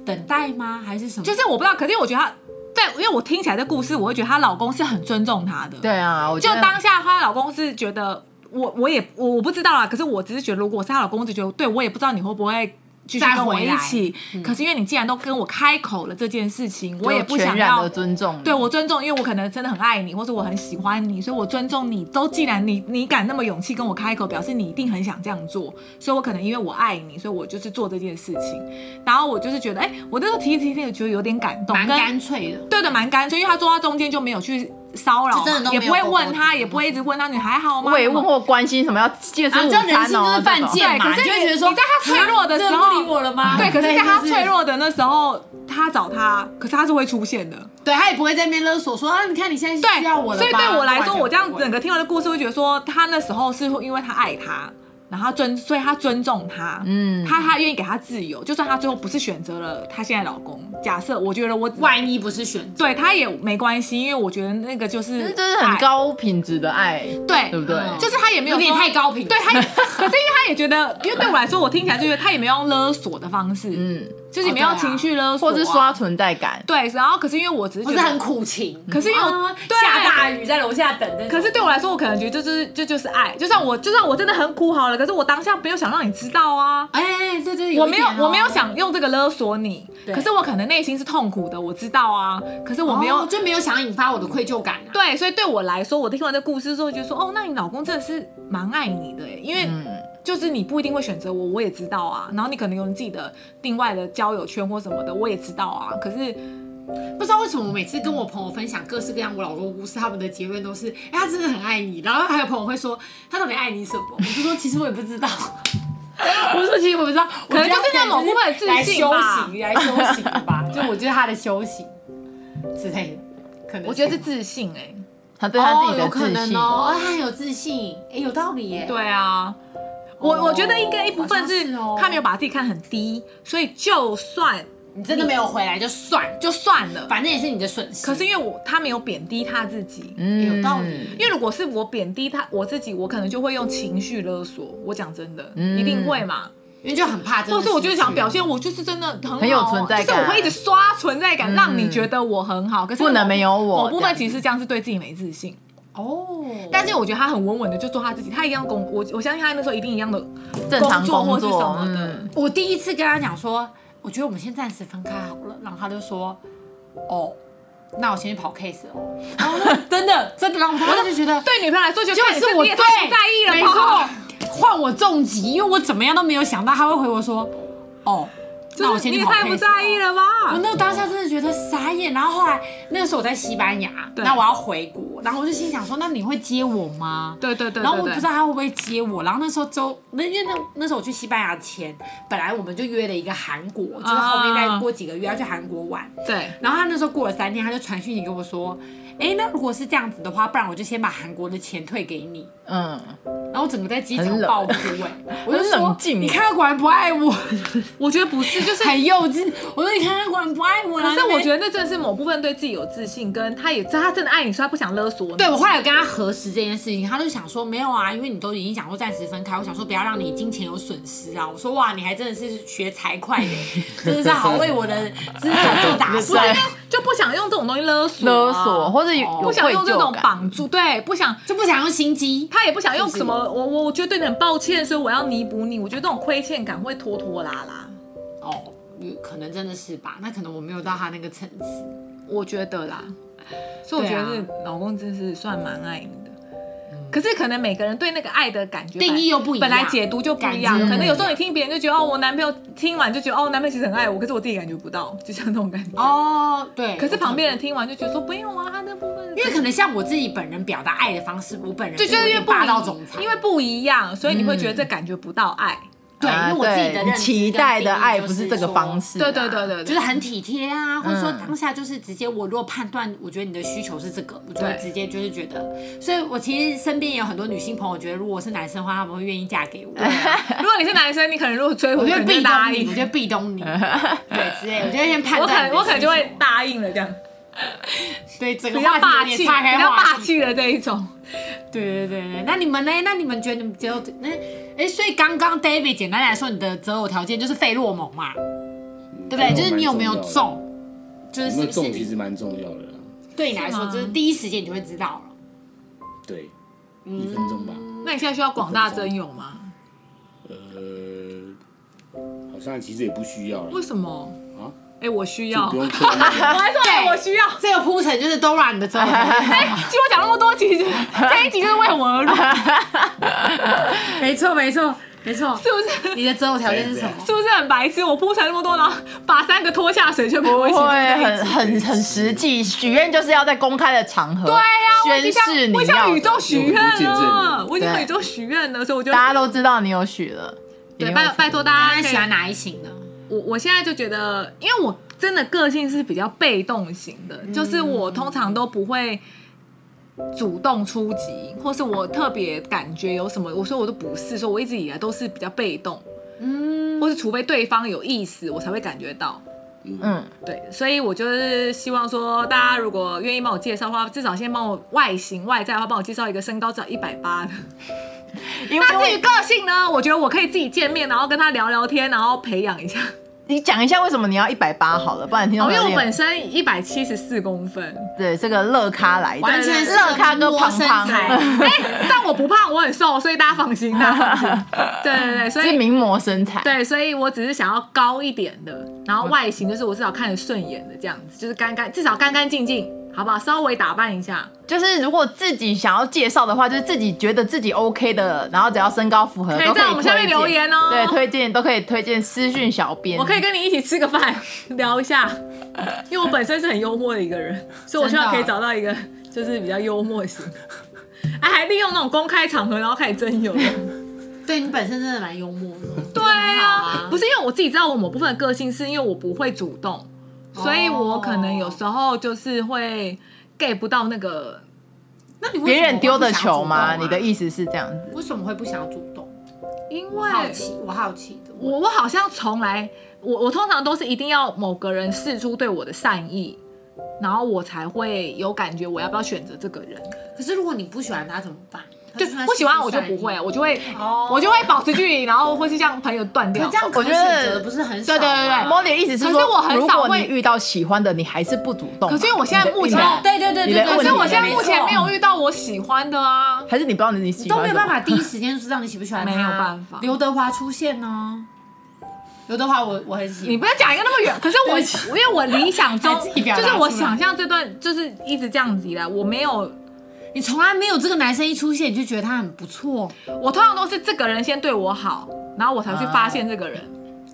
S2: 等待吗？还是什么？
S4: 就是我不知道，可是我觉得她对，因为我听起来这故事，我会觉得她老公是很尊重她的，
S5: 对啊，我
S4: 就
S5: 觉得
S4: 当下她老公是觉得我我也我我不知道啦，可是我只是觉得如果我是她老公，我只觉得对我也不知道你会不会。继续
S2: 再
S4: 跟我
S2: 回
S4: 一
S2: 来
S4: 起，
S5: 嗯
S4: 可是因为你既然都跟我开口了这件事情，我也不
S5: 全
S4: 想
S5: 然
S4: 要
S5: 的尊重，
S4: 对我尊重，因为我可能真的很爱你，或者我很喜欢你，所以我尊重你。都既然你你敢那么勇气跟我开口，表示你一定很想这样做，所以我可能因为我爱你，所以我就是做这件事情。然后我就是觉得，哎、我那时候提一提提，觉得有点感动，
S2: 蛮
S4: 跟
S2: 干脆的。
S4: 对的，蛮干脆，因为他坐到中间就没有去骚扰
S2: 就真
S4: 嘛，
S2: 的都没
S4: 也
S2: 有
S4: 不会
S2: 过
S4: 问
S2: 多
S4: 他，
S2: 久
S4: 也不会一直问他你还好吗？
S5: 我也问或关心什么要记得吃
S2: 啊
S5: 午
S2: 这人
S5: 餐
S2: 性就
S5: 哦
S2: 是，犯
S5: 这种
S2: 贱嘛，
S4: 对可是
S2: 就会
S4: 你
S2: 觉得说
S4: 你在他脆弱的时候
S2: 啊真不理我了吗？
S4: 对，可是在他脆
S2: 就是
S4: 弱的那时候，他找他，可是他是会出现的。
S2: 对他也不会在那边勒索说啊，你看你现在
S4: 对，
S2: 需要我了吧。
S4: 所以对我来说，我这样
S2: 完全不会
S4: 整个听完的故事，会觉得说，他那时候是因为他爱他，然后他尊，所以他尊重他，嗯，他他愿意给他自由，就算他最后不是选择了他现在老公，假设我觉得我
S2: 万一不是选择，
S4: 对他也没关系，因为我觉得那个就是
S5: 这是很
S4: 爱，
S5: 高品质的爱，
S4: 对
S5: 对不对？
S2: 嗯
S4: 就是他也没有
S2: 有点
S4: 说
S2: 太高频。
S4: 对他也，可是因为他也觉得，因为对我来说，我听起来就觉得他也没有用勒索的方式，
S5: 嗯，
S4: 就是也没
S2: 哦
S4: 有
S2: 对啊
S4: 情绪勒索、
S5: 或是刷，存在感，
S4: 对，然后可是因为我只是
S2: 不
S4: 觉
S2: 是
S4: 得
S2: 很，苦情，
S4: 嗯可是因为我、
S2: 啊
S4: 对
S2: 下大雨在楼下等那种，
S4: 可是对我来说，我可能觉得这就是这就是爱，就算我就算我真的很苦好了，可是我当下没有想让你知道啊。
S2: 哎，对对，
S4: 我没有，
S2: 一点哦
S4: 我没有想用这个勒索你，
S2: 对
S4: 可是我可能内心是痛苦的，我知道啊。可是我没有，
S2: 哦就没有想引发我的愧疚感啊。
S4: 对，所以对我来说，我听完这故事之后，觉得说，哦，那你老公真的是蛮爱你的耶，欸因为
S2: 嗯
S4: 就是你不一定会选择我，我也知道啊。然后你可能有你自己的另外的交友圈或什么的，我也知道啊。可是
S2: 不知道为什么，我每次跟我朋友分享各式各样我老公的故事，他们的结论都是，哎、他真的很爱你。然后还有朋友会说，他到底爱你什么？我就说，其实我也不知道。我就说，其实我不知道，
S4: 可能
S2: 我觉得
S4: 就是那种
S2: 可能就是
S4: 无法自信吧
S2: 来修行，来修行 吧。就我觉得他的修行之类的，可能
S4: 我觉得是自信哎、
S5: 他对他自己
S2: 哦，有
S5: 的
S2: 可
S5: 自
S2: 能
S5: 信，
S2: 哦，他很有自信，哎、有道理耶。
S4: 对啊。我
S5: 哦
S4: 我觉得应该一部分
S2: 好像
S4: 是
S2: 是哦
S4: 他没有把自己看很低，所以就算
S2: 你真的没有回来就算，
S4: 就算了。
S2: 反正也是你的损失。
S4: 可是因为我他没有贬低他自己，
S5: 嗯
S2: 有道理，
S4: 因为如果是我贬低他我自己，我可能就会用情绪勒索。我讲真的，
S5: 嗯
S4: 一定会嘛。
S2: 因为就很怕真的
S4: 或
S2: 失去，
S4: 是我就是想表现我就是真的很好
S5: 很有存在感嗯
S4: 就是我会一直刷存在感，让你觉得我很好。可是
S5: 不能没有我
S4: 某部
S5: 这
S4: 分
S5: 样
S4: 其实这样是对自己没自信。
S2: 哦，
S4: 但是我觉得他很稳稳的就做他自己，他一样工，我我相信他那时候一定一样的
S5: 正常
S4: 作
S5: 工
S4: 或是
S5: 作
S4: 什么的。
S5: 嗯
S2: 我第一次跟他讲说，我觉得我们先暂时分开好了，然后他就说，哦，那我先去跑 case 哦，然后 我就真的真的，然后我当时就觉得，
S4: 对女朋友来说，就
S2: 结果是我
S4: 你
S2: 对
S4: 也太不在意了吧，
S2: 没错，换我重击，因为我怎么样都没有想到他会回我说，哦，那
S4: 就
S2: 我
S4: 是
S2: 先
S4: 你
S2: 去
S4: 也
S2: 跑 case
S4: 太
S2: 哦
S4: 不在意了吧
S2: 我。那当下真的觉得傻眼，然后后来那个时候我在西班牙，
S4: 对
S2: 那我要回国，然后我就心想说，那你会接我吗？
S4: 对对对，
S2: 然后我
S4: 对
S2: 不知道。他会不会接我，然后那时候周那因为那那时候我去西班牙前，本来我们就约了一个韩国，就是后面再过几个月要去韩国玩。
S4: 对
S2: 然后他那时候过了三天，他就传讯息跟我说：“哎，那如果是这样子的话，不然我就先把韩国的钱退给你。
S5: 嗯，”
S2: 然后我整个在机场
S5: 很冷
S2: 爆哭哎、 我就
S5: 很
S2: 说：“
S5: 冷静
S2: 你看他果然不爱我，
S4: 我觉得不是，就是
S2: 很幼稚。”我说：“你看他果然不爱我。”
S4: 可
S2: 啊
S4: 是我觉
S2: 得。
S4: 得那真的是某部分对自己有自信，跟他也他真的爱你，所以他不想勒索你。
S2: 对，我后来有跟他核实这件事情，他就想说没有啊，因为你都已经想说暂时分开，我想说不要让你金钱有损失啊。我说哇，你还真的是学财会的，真的是好为我的资 产做打
S5: 不是
S2: 算，
S4: 就不想用这种东西勒索啊、
S5: 勒索或者有
S4: 不想用这种，
S5: 有愧疚感
S4: 绑住，对，不想，
S2: 就不想用心机。
S4: 他也不想用什么，我我我觉得对你很抱歉，所以我要弥补你。我觉得这种亏欠感会拖拖拉拉，
S2: 哦，嗯可能真的是吧，那可能我没有到他那个层次。
S4: 我觉得啦。所以我觉得
S2: 对啊嗯
S4: 是老公真是算蛮爱你的。可是可能每个人对那个爱的感觉
S2: 定义又不一样
S4: 本来解读就不一样。
S2: 感知嗯
S4: 可能有时候你听别人就觉得哦，我男朋友听完就觉得哦，我男朋友其实很爱我，可是我自己感觉不到，就像那种感觉。
S2: 哦，对。
S4: 可是旁边人听完就觉得说不用啊，他那部分
S2: 因为可能像我自己本人表达爱的方式，我本人
S4: 对，就是因
S2: 有
S4: 为
S2: 点
S4: 不
S2: 霸道
S4: 一
S2: 总裁，
S4: 因为不一样，所以你会觉得这感觉不到爱。
S2: 对，因为我自己的
S5: 啊
S2: 认
S5: 对
S2: 知
S5: 期待的爱
S2: 跟定义就
S5: 不是这个
S2: 说
S5: 方式啊，
S4: 对对对 对，对
S2: 就是很体贴啊，或者
S4: 嗯
S2: 说当下就是直接，我如果判断，我觉得你的需求是这个，我就会
S4: 对
S2: 直接就是觉得，所以我其实身边也有很多女性朋友，觉得如果我是男生的话，他们会愿意嫁给我，
S4: 如果你是男生，你可能如果追我，
S2: 我就
S4: 可
S2: 会
S4: 能
S2: 壁
S4: 就答
S2: 咚你，我
S4: 应，
S2: 就会壁 咚你，对之类，我就会先判
S4: 我可
S2: 断
S4: 能
S2: 你的
S4: 我可能就
S2: 需
S4: 会
S2: 求
S4: 答应了这样，
S2: 对整个
S4: 比较
S2: 话题
S4: 霸
S2: 有点
S4: 气，比
S2: 岔开
S4: 较
S2: 话
S4: 霸
S2: 题，
S4: 气的这一种。
S2: 对对对对，那你们呢？那你们觉得你们择偶那哎，所以刚刚 David 简单来说，你的择偶条件就是费洛蒙嘛，对不对？哎就是你有没有中，就是
S3: 有
S2: 是
S3: 没有
S2: 不是
S3: 中其
S2: 你
S3: 实蛮重要的啦。
S2: 对你来说，
S4: 是吗
S2: 就是第一时间你就会知道了。
S3: 对，一分钟吧。
S4: 那你现在需要广大征友吗？
S3: 呃，好像其实也不需要
S4: 为
S3: 了
S4: 什么？
S3: 啊，
S4: 哎，我需
S3: 就
S4: 要，
S3: 不
S4: 我
S3: 用刻意。
S4: 还说哎我需要。
S2: 这个铺陈就是 Dora 你的择偶条件
S4: 哎，其实我讲那么多 集，这一集就是为我而 录，
S2: 没错没错没错，
S4: 是不是？
S2: 你的择偶条件是什么？
S4: 是不是很白痴？我铺陈那么多，然后把三个拖下水，却陪
S5: 不
S4: 我一起录
S5: 会
S4: 这一
S5: 很
S4: 集。
S5: 很很实际，许愿就是要在公开的场合，对
S4: 对啊，我已
S5: 宣
S4: 经
S5: 誓
S4: 向
S5: 你
S4: 我已经
S5: 要
S4: 向宇
S5: 的，
S4: 宙许愿
S3: 有见证
S4: 了
S3: 了，
S4: 我已经向
S5: 对
S4: 宇宙许愿了，所以我就
S5: 大家都知道你有许了，一
S4: 对
S5: 定
S4: 拜
S5: 会
S4: 拜托大家
S2: 那你
S4: 可以
S2: 喜欢哪一型呢？
S4: 我我现在就觉得，因为我嗯真的个性是比较被动型的，就是我通常都不会主动出击，或是我特别感觉有什么，我说我都不是，说我一直以来都是比较被动，嗯，或是除非对方有意思，我才会感觉到。
S5: 嗯，
S4: 对，所以我就是希望说，大家如果愿意帮我介绍的话，至少先帮我外形外在的话，帮我介绍一个身高至少一百八 的。
S5: 因为
S4: 那至于个性呢，我觉得我可以自己见面，然后跟他聊聊天，然后培养一下。
S5: 你讲一下为什么你要一百八好了，不然听
S4: 哦，因
S5: 众朋
S4: 为我
S5: 友有点
S4: 本身一百七十四公分，
S5: 对这个乐咖来的，
S2: 完全是
S5: 乐咖跟
S2: 摸
S5: 胖
S2: 身
S5: 胖，
S2: 材，
S4: 哎、但我不胖，我很瘦，所以大家放心，大家放 心。对对对，所
S5: 是
S4: 以
S5: 名模身材。
S4: 对，所以我只是想要高一点的，然后外形就是我至少看得顺眼的这样子，就是干干，至少干干净净，好不好？稍微打扮一下。
S5: 就是如果自己想要介绍的话，就是自己觉得自己 OK 的，然后只要身高符合，
S4: 可以
S5: 都
S4: 在我们下面
S5: 推荐
S4: 留言哦
S5: 对，推荐都可以推荐私讯小编，
S4: 我可以跟你一起吃个饭， 聊一下，因为我本身是很幽默的一个人，所以我希望可以找到一个就是比较幽默型，哎，还利用那种公开场合，然后开始真友。
S2: 对你本身真的蛮幽默的。
S4: 对啊，不是因为我自己知道我某部分的个性，是因为我不会主动，
S2: 哦
S4: 所以我可能有时候就是会 get 不到那个。
S2: 那你为什
S5: 别
S2: 么
S5: 人丢的球
S2: 会
S5: 吗？
S2: 不想主动啊
S5: 你的意思是这样子？
S2: 为什么会不想要主动？
S4: 因为
S2: 好奇，我好奇的。
S4: 我我好像从来，我我通常都是一定要某个人试出对我的善意，然后我才会有感觉，我要不要选择这个人。
S2: 可是如果你不喜欢他怎么办？
S4: 对，不喜欢我就不会，我就会、
S2: 哦
S4: 我就会保持距离，然后或是像朋友断
S2: 可
S4: 掉
S2: 这。样可
S5: 我觉得
S2: 选择的不是很少吗。
S4: 对
S2: 啊
S4: 对对对
S5: Molly 的意思是
S4: 啊可
S5: 说，
S4: 是我很少
S5: 如果你
S4: 会
S5: 遇到喜欢的，你还是不主动嘛。
S4: 可是我现在目前
S5: 你的
S2: 哦对对对
S5: 你
S2: 对
S5: 的
S2: 对，
S5: 问
S4: 可
S5: 题
S4: 是我现在
S5: 没
S4: 目前没有遇到我喜欢的啊。
S5: 还是你不知道你喜欢
S2: 都没有
S5: 什么
S2: 办法第一时间就知道你喜不喜欢他。
S4: 没有办法
S2: 刘德华出现呢？刘德华我我很喜
S4: 你
S2: 欢。
S4: 不要讲一个那么远，可是我因为我理想 中
S2: 还自己表达
S4: 就
S2: 出来
S4: 是我想象这段就是一直这样子以来，我没有，
S2: 你从来没有这个男生一出现你就觉得他很不错，
S4: 我通常都是这个人先对我好，然后我才去发现这个人。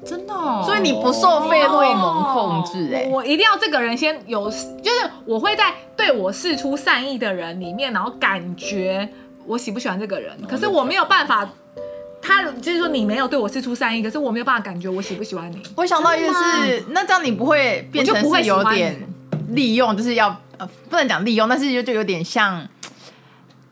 S2: 真的哦。
S5: 所以你不受费洛蒙控制
S2: 欸
S5: 哎、
S4: 哦我我一定要这个人先有，就是我会在对我示出善意的人里面，然后感觉我喜不喜欢这个人，
S2: 哦
S4: 可是我没有办法。他就是说你没有对我示出善意，可是我没有办法感觉我喜不喜欢你。
S5: 我想到一个是，那这样你不会变成
S4: 我就不会
S5: 是
S4: 喜欢
S5: 有
S4: 你
S5: 点利用，就是要呃不能讲利用，但是就就有点像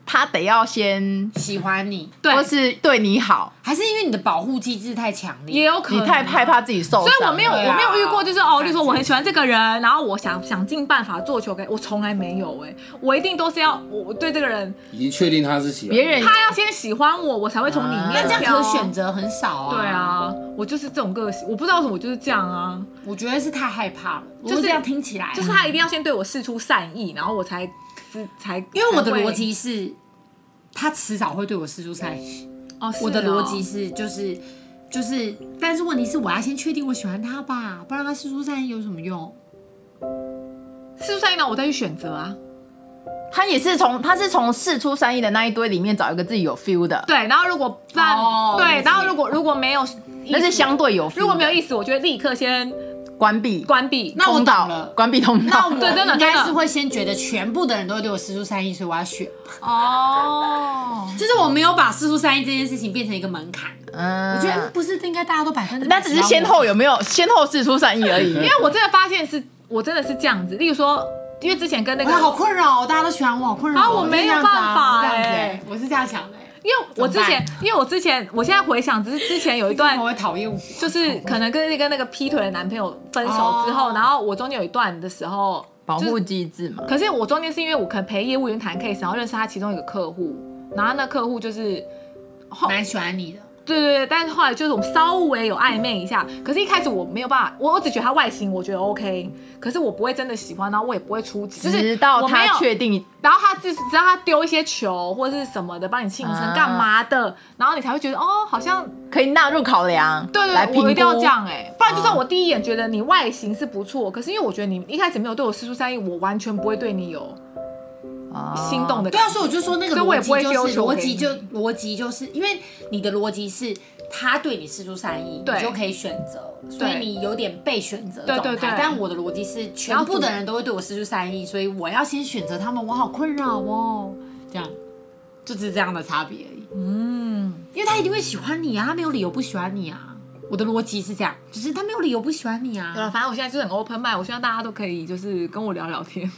S5: 他得要先，
S2: 喜欢你，
S4: 对，
S5: 或是对你好，
S2: 还是因为你的保护机制太强
S4: 也
S2: 烈？
S4: 有可
S5: 你
S4: 能
S5: 太害怕自己受伤，
S4: 嗯所以我没有、
S2: 对啊
S4: 我没有遇过，就是哦，就说我很喜欢这个人，然后我想想尽办法做球给我，从来没有哎、我一定都是要我我对这个人，
S2: 嗯
S3: 已经确定他是喜欢
S5: 别人
S4: 他要先喜欢我，我才会从里面
S2: 那这样
S4: 挑
S2: 可选。择很少啊。
S4: 对，啊，我就是这种个性，我不知道为什么我就是这样啊。
S2: 我觉得是太害怕了，
S4: 就是
S2: 我这样听起来，
S4: 就是他一定要先对我示出善意，然后我才知才，
S2: 因为我的
S4: 才会
S2: 逻辑是，他迟早会对我施出善意。
S4: 哦，是
S2: 我的
S4: 哦
S2: 逻辑是，就是就是，但是问题是，我要先确定我喜欢他吧，不然他施出善意有什么用？
S4: 示出善意呢，我再去选择啊。
S5: 他也是从他是从试出善意的那一堆里面找一个自己有 feel 的，
S4: 对，然后如果那、
S2: 哦
S4: 对，
S2: 理解
S4: 然后如果如果没有，
S5: 那是相对有 feel 的，
S4: 如果没有意思，我就会立刻先
S5: 关闭
S4: 关闭。
S2: 那我
S5: 通
S2: 懂
S5: 道
S2: 了，
S5: 关闭通
S2: 那
S5: 道
S2: 我，
S4: 对真的
S2: 应该
S4: 真的
S2: 是会先觉得全部的人都会对我施出善意，所以我要选。
S4: 哦，
S2: 就是我没有把施出善意这件事情变成一个门槛。
S5: 嗯
S2: 我觉得嗯不是应该大家都百分之百
S5: 那只是先
S2: 喜欢我
S5: 后有没有先后试出善意 而已
S4: 因。为我真的发现是我真的是这样子，例如说，因为之前跟那
S2: 我
S4: 个，
S2: 好困扰哦，大家都喜欢我，好困扰哦。
S4: 啊我没有办法
S2: 我是这样子
S4: 哎
S2: 哎，我是这样想的哎，
S4: 因为我之前，因为我之前，我现在回想，只是之前有一 段
S2: 我会讨厌我。
S4: 就是可能跟跟那个劈腿的男朋友分手之后，
S2: 哦
S4: 然后我中间有一段的时候，
S5: 保
S4: 就
S5: 护
S4: 是
S5: 机制嘛，
S4: 可是我中间是因为我可能陪业务员谈 case，然后认识他其中一个客户，然后那客户就是后
S2: 蛮喜欢你的，
S4: 对对对，但是后来就是我们稍微有暧昧一下，可是一开始我没有办法，我我只觉得他外形我觉得 OK，可是我不会真的喜欢，然后我也不会出击，就是
S5: 直到
S4: 我没有
S5: 他确定
S4: 然后他只只要他丢一些球或是什么的帮你庆生
S5: 啊
S4: 干嘛的，然后你才会觉得哦，好像
S5: 可以纳入考量，
S4: 对对
S5: 来
S4: 对，
S5: 评估。
S4: 我一定要这样哎、不然就算我第一眼觉得你外形是不错，可是因为我觉得你一开始没有对我施出善意，我完全不会对你有
S5: 哦
S4: 心动的
S2: 对
S4: 感觉。
S2: 啊，所以我就说那个
S4: 所以我也
S2: 逻
S4: 不会
S2: 辑就
S4: 丢
S2: 是
S4: 球
S2: 逻
S4: 给
S2: 辑
S4: 你
S2: 就逻辑就是因为你的逻辑是他对你施出善意，
S4: 对
S2: 你就可以选择，所以
S4: 对
S2: 你有点被选择
S4: 对
S2: 状
S4: 对
S2: 态。
S4: 对
S2: 但我的逻辑是全部的人都会对我施出善意，所以我要先选择他们，我好困扰哦。这样，就只是这样的差别而已。嗯，因为他一定会喜欢你啊，他没有理由不喜欢你啊。我的逻辑是这样，只是他没有理由不喜欢你
S4: 对了，
S2: 啊。
S4: 反正我现在就是很 open mind，我希望大家都可以就是跟我聊聊天。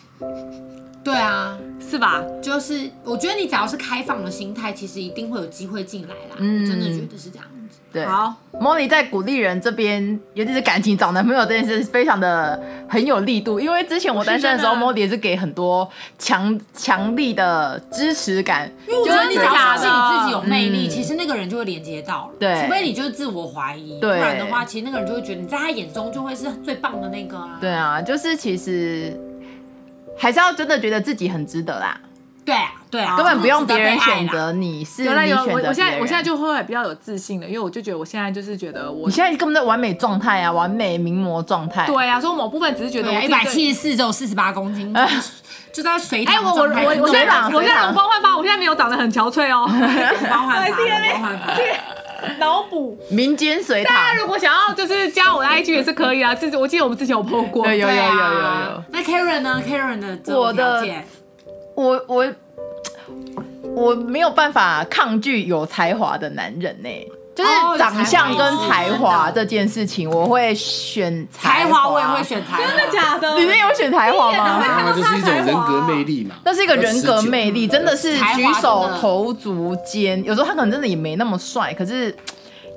S2: 对啊，
S4: 是吧？
S2: 就是我觉得你只要是开放的心态，其实一定会有机会进来啦。
S5: 嗯
S2: 我真的觉得是这样子。
S5: 对，啊
S4: 好，
S5: 莫莉在鼓励人这边，尤其是感情找男朋友这件事，非常的很有力度。因为之前我单身的时候，
S4: 我是真的
S5: 莫莉也是给很多强强力的支持感，
S2: 因为我觉得你只要相信你自己有
S5: 嗯
S2: 魅力，其实那个人就会连接到了。
S5: 对
S2: 除非你就是自我怀疑，不
S5: 对
S2: 然的话，其实那个人就会觉得你在他眼中就会是最棒的那个啊。
S5: 对啊，就是其实还是要真的觉得自己很值得啦，
S2: 对啊，对啊，
S5: 根本不用别人
S2: 就是值得被爱
S5: 选
S2: 啦。
S5: 择你，是你
S4: 有啦有，
S5: 选
S4: 我
S5: 择
S4: 我现
S5: 别
S4: 在
S5: 人
S4: 我现在就会比较有自信了，因为我就觉得我现在就是觉得我
S5: 你现在根本在完美状态啊，完美名模状态。
S4: 对啊，所以我某部分只是觉得
S2: 对
S4: 我
S2: 啊，
S4: 自
S2: 一
S4: 己对
S2: 百七。十四只有四十八 公斤，就在水
S4: 哎，
S2: 塘
S4: 我
S2: 的
S4: 我
S2: 状态。
S4: 我我
S5: 水
S4: 现在
S5: 长
S4: 我现
S5: 水
S4: 在
S5: 长
S4: 容光焕发，我现在没有长得很憔悴 哦，
S2: 我包含法，我包含法。
S4: 脑补。
S5: 民间水塘，
S4: 大家如果想要就是加我的 IG 也是可以啊，这是我记得我们之前有 PO 过，
S5: 对有
S2: 对
S5: 有有有
S2: 啊
S5: 有。
S2: 那 Karen 呢？Karen 的这种条件，
S5: 我我我没有办法抗拒有才华的男人呢、就是
S2: 哦有才华
S5: 长相跟才华
S2: 是真的哦
S5: 这件事情，我会选
S2: 才
S5: 华，
S2: 华我也会。选才华，真的
S4: 假的
S5: 你们有选才华吗？
S3: 那就是一种人格魅力嘛，
S5: 啊
S3: 啊
S5: 那是一个人格魅力，真的是
S2: 才华
S5: 举
S2: 真的
S5: 手投足间。有时候他可能真的也没那么帅，可是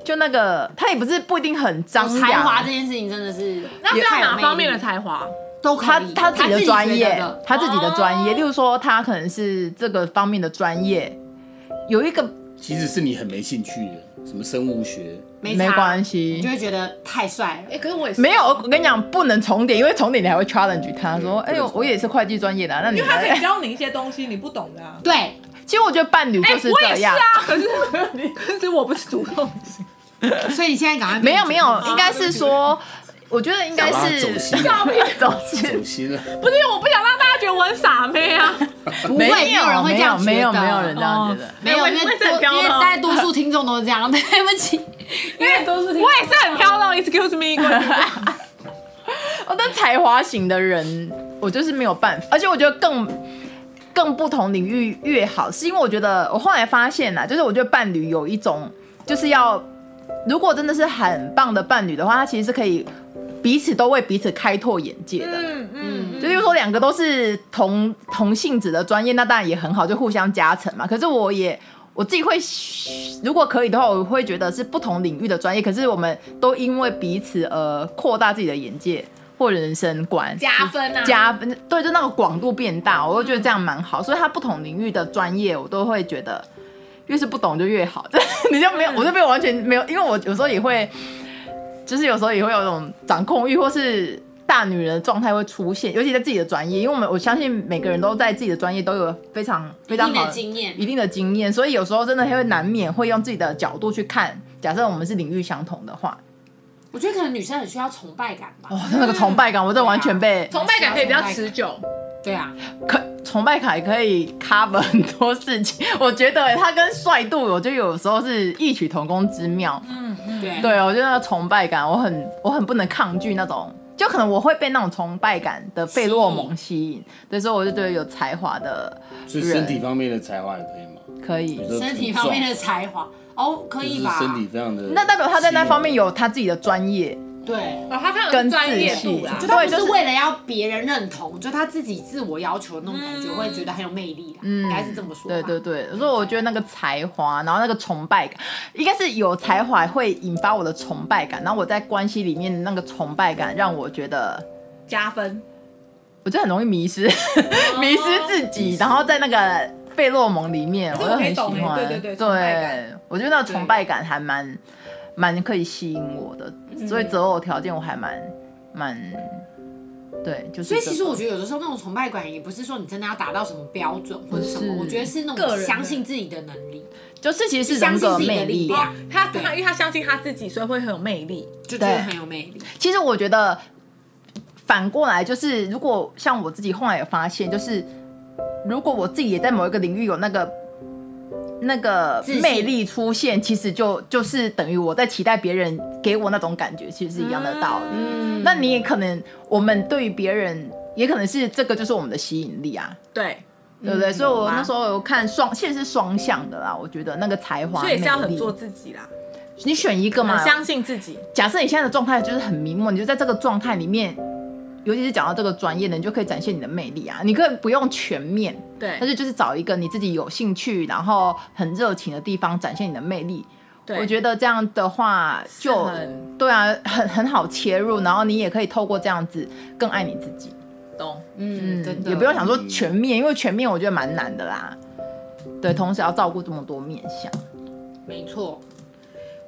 S5: 就那个他也不是不一定很张扬。
S2: 哦才华这件事情真的是，
S4: 那是要
S2: 太有
S4: 哪
S2: 魅
S4: 方面
S2: 力
S4: 的才华？
S2: 都可
S5: 他
S2: 以
S5: 他自己的专
S2: 觉
S5: 业
S2: 得，
S5: 他自己的专业，
S4: 哦
S5: 例如说他可能是这个方面的专业，有一个
S3: 其实是你很没兴趣的，什么生物学，
S2: 没
S5: 没
S2: 差
S5: 关系
S2: 你就会觉得太帅了。
S4: 哎，可是我也是
S5: 没有，我跟你讲，不能重点，因为重点你还会 challenge
S2: 嗯
S5: 他说，哎、
S3: 对
S5: 呦，我也是会计专业的啊、那你
S4: 因为他可
S5: 还
S4: 以教你一些东西你不懂的啊。
S2: 对，
S5: 其实我觉得伴侣就是
S4: 我
S5: 这
S2: 哎
S4: 也是
S5: 样，
S4: 啊，可是可是我不是主动型，
S2: 所以你现在赶快
S5: 没有没有，
S2: 嗯
S5: 应该
S4: 对
S5: 是
S4: 不起
S5: 说，我觉得应该
S3: 干嘛
S5: 是
S3: 走心
S5: 走
S3: 走
S5: 心，
S3: 心了。
S4: 不是因为我不想让大家觉得我很傻妹啊。
S2: 不
S5: 没
S2: 会，没有人会这样觉得，哦
S5: 没有没有人这样觉得。
S2: 没有，
S4: 我
S2: 因
S4: 也
S2: 为
S4: 是
S2: 多
S4: 很
S2: 因
S4: 彪的
S2: 为
S4: 哦
S2: 大多数听众都是这样， 对不起，因为都是
S4: 我也是很飘动，Excuse me，
S5: 哦，但才华型的人，我就是没有办法，而且我觉得更更不同领域越好，是因为我觉得我后来发现啦，就是我觉得伴侣有一种就是要，如果真的是很棒的伴侣的话，他其实是可以彼此都为彼此开拓眼界的。
S4: 嗯嗯，
S5: 就比如说两个都是同同性质的专业，那当然也很好，就互相加成嘛。可是我也我自己会，如果可以的话，我会觉得是不同领域的专业，可是我们都因为彼此而扩大自己的眼界或人生观，
S4: 加分啊
S5: 加分，对，就那个广度变大，我就觉得这样蛮好。所以他不同领域的专业，我都会觉得越是不懂就越好。 你就没有，我就没有完全没有，因为我有时候也会，就是有时候也会有一种掌控欲，或是。大女人的状态会出现，尤其在自己的专业，因为我们我相信每个人都在自己的专业都有非常非常
S2: 一定
S5: 好
S2: 的经验
S5: 一定的经验，所以有时候真的会难免会用自己的角度去看。假设我们是领域相同的话，
S2: 我觉得可能女生很需要崇拜感吧
S5: 哇、。那个崇拜感，我真的完全被、
S4: 崇拜感可以比较持久。
S2: 对啊，
S5: 可崇拜卡也可以 cover 很多事情，我觉得它跟帅度，我觉得有时候是异曲同工之妙。
S2: 对，
S5: 对，我觉得那个崇拜感，我很我很不能抗拒那种，就可能我会被那种崇拜感的费洛蒙吸引，所以说我就觉得有才华的
S3: 所以身体方面的才华也可以吗？
S5: 可
S3: 比
S5: 以
S3: 如，说
S2: 身体
S3: 体
S2: 方面
S3: 的
S2: 的才华哦，可
S3: 就
S2: 以
S3: 是
S2: 吧？
S3: 身体非常的，
S5: 那代表他在那方面有他自己的专业，
S2: 对，
S4: 哦，他非常有
S5: 跟
S4: 专业
S5: 自
S4: 度
S5: 信
S4: 啦
S5: 就。
S2: 他
S5: 对，
S2: 不
S5: 就是是
S2: 为了要别人认同，就他自己自我要求的那种感觉，会觉得很有魅力啦。应该是这么说吧。
S5: 对对对，所以我觉得那个才华，然后那个崇拜感，应该是有才华会引发我的崇拜感，然后我在关系里面的那个崇拜感，让我觉得
S4: 加分，
S5: 我就很容易迷失，
S2: 哦
S5: 迷失自己，然后在那个费洛蒙里面，
S4: 这
S5: 我
S4: 我
S5: 就
S4: 可以
S5: 很喜
S4: 懂欸
S5: 欢，
S4: 对对对崇拜
S5: 对
S4: 感，
S5: 我觉得那个崇拜感还蛮蛮可以吸引我的，
S2: 嗯
S5: 所以择偶条件我还蛮蛮对，就是
S2: 所
S5: 这
S2: 以
S5: 个、
S2: 其实我觉得有的时候那种崇拜感，也不是说你真的要达到什么标准或者什么，
S5: 不是
S2: 我觉得是那
S4: 个
S2: 种
S4: 人的
S2: 相信自己的能力，
S5: 就是其实是
S2: 相
S5: 人
S2: 信
S5: 格
S2: 自己的
S5: 魅
S2: 力
S5: 力。
S2: 量，
S4: 他
S2: 对
S4: 他因为他相信他自己，所以会很有魅力。
S2: 就觉得很有魅力。
S5: 其实我觉得反过来就是，如果像我自己后来也发现，就是如果我自己也在某一个领域有那个那个
S2: 自信
S5: 魅力出现，其实就就是等于我在期待别人给我那种感觉，其实是一样的道理。
S2: 嗯，
S5: 那你也可能，我们对于别人也可能是这个就是我们的吸引力啊，
S4: 对，
S5: 对不对？所以我
S4: 啊
S5: 那时候有看双，其实是双向的啦。我觉得那个才华，
S4: 所以是要
S5: 魅
S4: 很
S5: 力
S4: 做自己啦，
S5: 你选一个嘛
S4: 很，相信自己。
S5: 假设你现在的状态就是很迷茫，你就在这个状态里面，尤其是讲到这个专业的，你就可以展现你的魅力啊。你可以不用全面，但
S4: 对，
S5: 是就是找一个你自己有兴趣，然后很热情的地方展现你的魅力。
S4: 对
S5: 我觉得这样的话就
S4: 很
S5: 对啊，很很好切入，然后你也可以透过这样子更爱你自己。
S4: 懂。
S2: 嗯，真的
S5: 也不用想说全面，因为全面我觉得蛮难的啦。对，同时要照顾这么多面相。
S2: 没错。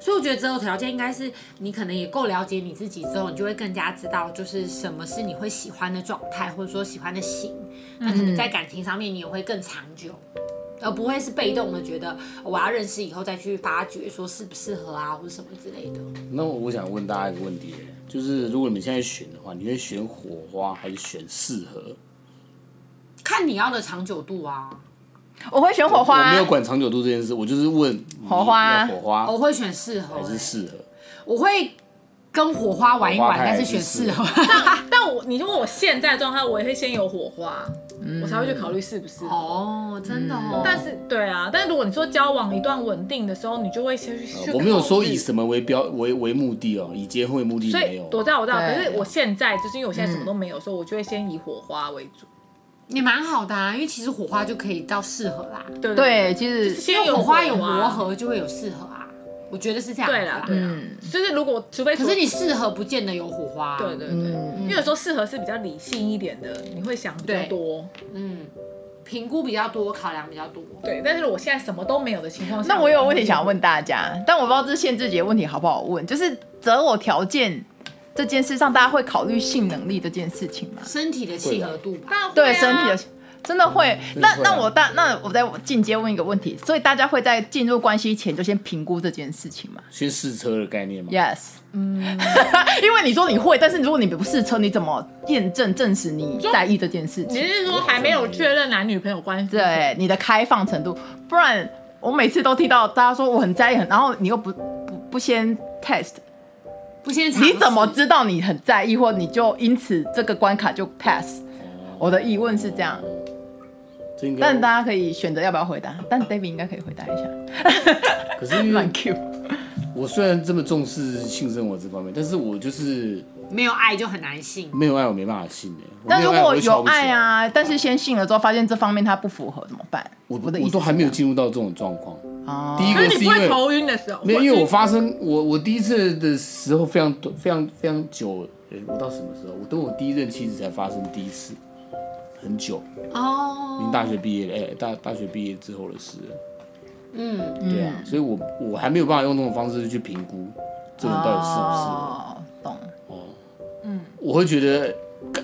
S2: 所以我觉得择偶条件应该是你可能也够了解你自己之后，你就会更加知道就是什么是你会喜欢的状态，或者说喜欢的型。那可
S5: 嗯
S2: 能在感情上面你也会更长久，而不会是被动的觉得哦我要认识以后再去发掘说适不适合啊，或者什么之类的。
S3: 那我想问大家一个问题，就是如果你们现在选的话，你会选火花还是选适合？
S2: 看你要的长久度啊，
S5: 我会选火
S3: 我
S5: 花
S3: 没，有管长久度这件事，我就是问你
S5: 火花
S3: 要火花
S2: 我会选适合、
S3: 啊还是
S2: 欸
S3: 适合？
S2: 我会跟火花玩一玩，
S3: 火花派
S2: 但是选 适合。
S4: 但我你就问我现在的状态，我也会先有火花，我才会去考虑适不适合。
S2: 哦，真的
S3: 嗯
S2: 哦。
S4: 但是对啊，但如果你说交往一段稳定的时候，你就会先去去考
S5: 哦
S4: 虑。
S3: 呃我没有说以什么为标为为目的哦，以结婚为目的
S4: 所
S3: 没
S4: 以
S3: 有。哦啊
S4: 我知道，我知道，可
S5: 对
S4: 是我现在就是因为我现在什么都没有，所以我就会先以火花为主。
S2: 也蛮好的啊，因为其实火花就可以到适合啦，
S4: 对对，
S5: 对，其实
S4: 先
S2: 因为火花
S4: 有
S2: 有磨，合就会有适合啊，我觉得是这样子
S4: 对啦
S2: 啦。
S4: 对啦，就是如果除非
S2: 可是你适合不见得有火花、
S4: 对对对，因为有时候适合是比较理性一点的，你会想比较
S2: 对
S4: 多。
S2: 嗯，评估比较多，考量比较多。
S4: 对，但是我现在什么都没有的情况下，
S5: 那我有问题想要问大家，但我不知道这是限制级的问题好不好问，就是择偶条件这件事上，大家会考虑性能力这件事情吗？
S2: 身体的契合度吧，
S4: 当然会啊，
S5: 对身体的真的会。那
S3: 会啊
S5: 那我大那我再进阶问一个问题，所以大家会在进入关系前就先评估这件事情吗
S3: 先试车的概念嘛。
S5: ？Yes，嗯， 因为你说你会，但是如果你不试车，你怎么验证证实你在意这件事情
S4: 你？是说还没有确认男女朋友关系？
S5: 对你的开放程度，不然我每次都听到大家说我很在意很，然后你又不不不先 test，
S2: 不先尝试
S5: 你怎么知道你很在意，或你就因此这个关卡就 pass？我的疑问是这样，
S3: 这应该
S5: 但大家可以选择要不要回答，但 David 应该可以回答一下，
S3: 可是因为
S5: 乱 Q。
S3: 我虽然这么重视性生活这方面，但是我就是
S2: 没有爱就很难信？
S3: 没有爱，我没办法信的。我
S5: 但
S3: 没
S5: 如
S3: 爱
S5: 果
S3: 我就瞧
S5: 有
S3: 不起
S5: 爱，啊，但是先信了之后发现这方面他不符合怎么办？
S3: 我
S5: 的意
S3: 我
S5: 思
S3: 都
S5: 是
S3: 还没有
S5: 这
S3: 进入到这种状况。
S5: 样哦
S3: 第一
S4: 可
S3: 个
S4: 是你
S3: 是
S4: 不
S3: 因
S4: 会
S3: 为
S4: 头晕的时候，
S3: 没有，因为我
S4: 或者
S3: 发生我我第一次的时候非常短非常非常久，诶我到什么时候？我等我第一任妻子才发生第一次，很久，
S2: 哦
S3: 已经大学毕业了，哎、大大学毕业之后的事了。
S2: 嗯，
S3: 对啊，所以我我还没有办法用这种方式去评估这个人到底适不适合。
S5: 哦，懂。
S3: 我会觉得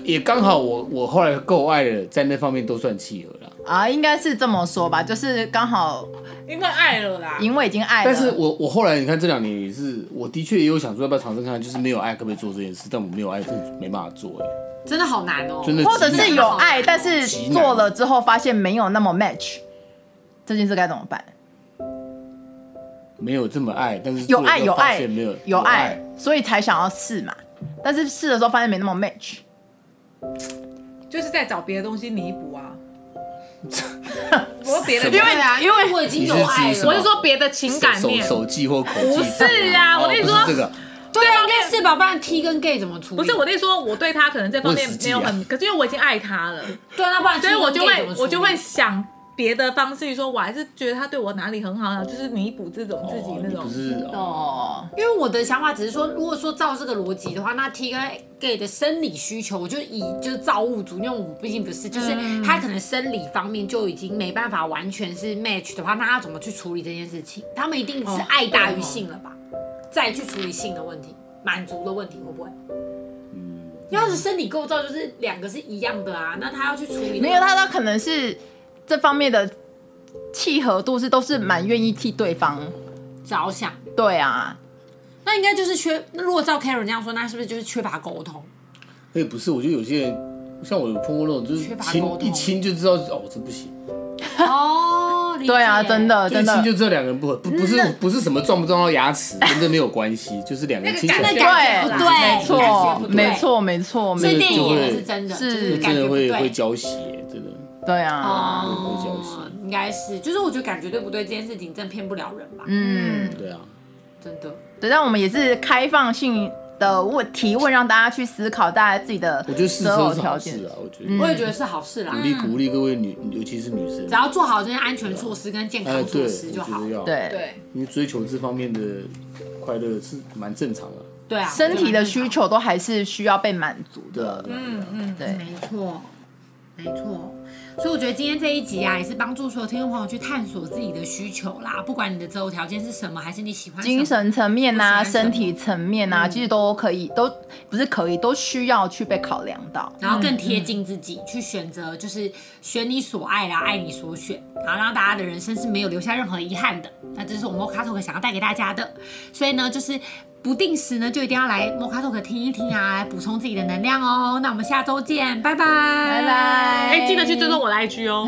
S3: 也刚好我我后来够爱了，在那方面都算契合了。
S5: 啊，应该是这么说吧，就是刚好
S4: 是因为爱了啦，
S5: 因为已经爱了，
S3: 但是我我后来你看这两年也是，我的确也有想说要不要尝试看看，就是没有爱可不可以做这件事，但我没有爱是没办法做哎、
S2: 真的好难哦。
S3: 真的
S5: 或者是有爱，
S2: 极难
S5: 但是做了之后发现没有那么 match，这件事该怎么办？
S3: 没有这么爱，但是
S5: 有爱
S3: 做了之
S5: 有
S3: 后发
S5: 爱
S3: 现没有
S5: 有爱，所以才想要试嘛。但是试的时候发现没那么 match，
S4: 就是在找别的东西弥补 啊。我别的，
S3: 什么
S4: 因为
S2: 对啊，因为我已经有爱
S3: 你是指什么
S4: 我
S2: 了，
S4: 是说别的情感
S3: 手
S4: 面，
S3: 手记或口技
S4: 不是啊
S3: 哦
S4: 我跟你
S3: 不
S4: 说
S3: 是这个，
S2: 对啊，应该是吧，不然 T 跟 gay 怎么处理？
S4: 不是我的意思说，我对他可能这方面
S3: 问
S4: 没
S3: 实际
S4: 有
S3: 啊
S4: 很，可是因为我已经爱他了，
S2: 对啊，那不然 T
S4: 所以
S2: 跟
S4: 我就
S2: gay
S4: 会
S2: 怎么处理
S4: 我就会想别的方式去说，我还是觉得他对我哪里很好啊，就是弥补这种自己
S3: 哦
S4: 那
S3: 你
S4: 种
S3: 不。是哦
S5: 哦，
S2: 因为我的想法只是说，如果说照这个逻辑的话，那 T 跟 gay 的生理需求，我就以就是造物主，因为我毕竟不是，就是
S5: 嗯
S2: 他可能生理方面就已经没办法完全是 match 的话，那他怎么去处理这件事情？他们一定
S5: 哦
S2: 是爱大于性了吧，再去处理性的问题、满足的问题，会不会？
S5: 嗯
S2: 要是生理构造就是两个是一样的啊，那他要去处理
S5: 没有，他他可能是这方面的契合度是都是蛮愿意替对方。
S2: 着想，
S5: 对啊，
S2: 那应该就是缺。那如果照 Karen 这样说，那是不是就是缺乏沟通？
S3: 哎不是，我觉得有些人像我有碰过那种，就是
S2: 缺乏沟
S3: 亲
S2: 通
S3: 一亲就知道哦这不行，
S2: 哦，理解
S5: 对啊，真的
S3: 就一
S5: 真的
S3: 亲就，知道两个人不合，不不是不是什么撞不撞到牙齿，真的没有关系，就是两个
S4: 那
S3: 人
S4: 个
S3: 亲起来
S2: 感觉
S5: 对
S2: 不对
S5: 没错
S2: 感觉不对
S5: 没错没错，
S2: 所以
S5: 没
S2: 电影
S5: 错，
S2: 也是真的，
S5: 是
S2: 就是感
S3: 真
S2: 觉
S3: 的
S2: 不
S3: 会
S2: 对
S3: 会交集耶，真的。
S5: 对啊，
S2: 哦
S3: 会交心
S2: 应该是，就是我觉得感觉对不对这件事情，真的骗不了人吧，
S5: 嗯。
S3: 对啊，
S2: 真的。
S5: 对，但我们也是开放性的问提问，让大家去思考大家自己的
S3: 我觉得试
S5: 择
S3: 车
S5: 偶
S3: 是
S5: 条
S3: 好
S5: 件
S3: 事。啊，我觉得
S5: 嗯
S2: 我也觉得是好事啦
S3: 鼓。励鼓励各位女，尤其是女生
S2: 只，要做好这些安全措施跟健
S3: 哎，
S2: 康
S3: 对，
S2: 措
S3: 我
S2: 施就
S3: 觉
S2: 好
S3: 得。要，
S5: 对，
S4: 对，
S3: 因为追求这方面的快乐是蛮正常的，
S2: 对啊，
S5: 身体的需求都还是需要被满足
S3: 对啊
S5: 的。，
S3: 对啊对啊
S4: 嗯，
S5: 对，
S2: 没错，没错。所以我觉得今天这一集啊，也是帮助所有听众朋友去探索自己的需求啦，不管你的择偶条件是什么，还是你喜欢什么
S5: 精神层面啊，
S2: 不喜欢什么
S5: 身体层面
S4: 嗯
S5: 啊，其实都可以，都不是可以，都需要去被考量到。
S2: 然后更
S5: 嗯
S2: 贴近自己，去选择就是选你所爱啦，爱你所选，然后让大家的人生是没有留下任何遗憾的。那这是我们 Mocha Talk 想要带给大家的，所以呢，就是不定时呢就一定要来 Mocha Talk 听一听啊，来补充自己的能量哦。那我们下周见，拜拜，拜
S5: 拜。拜，
S4: 哎、记得去追踪我的 IG 哦。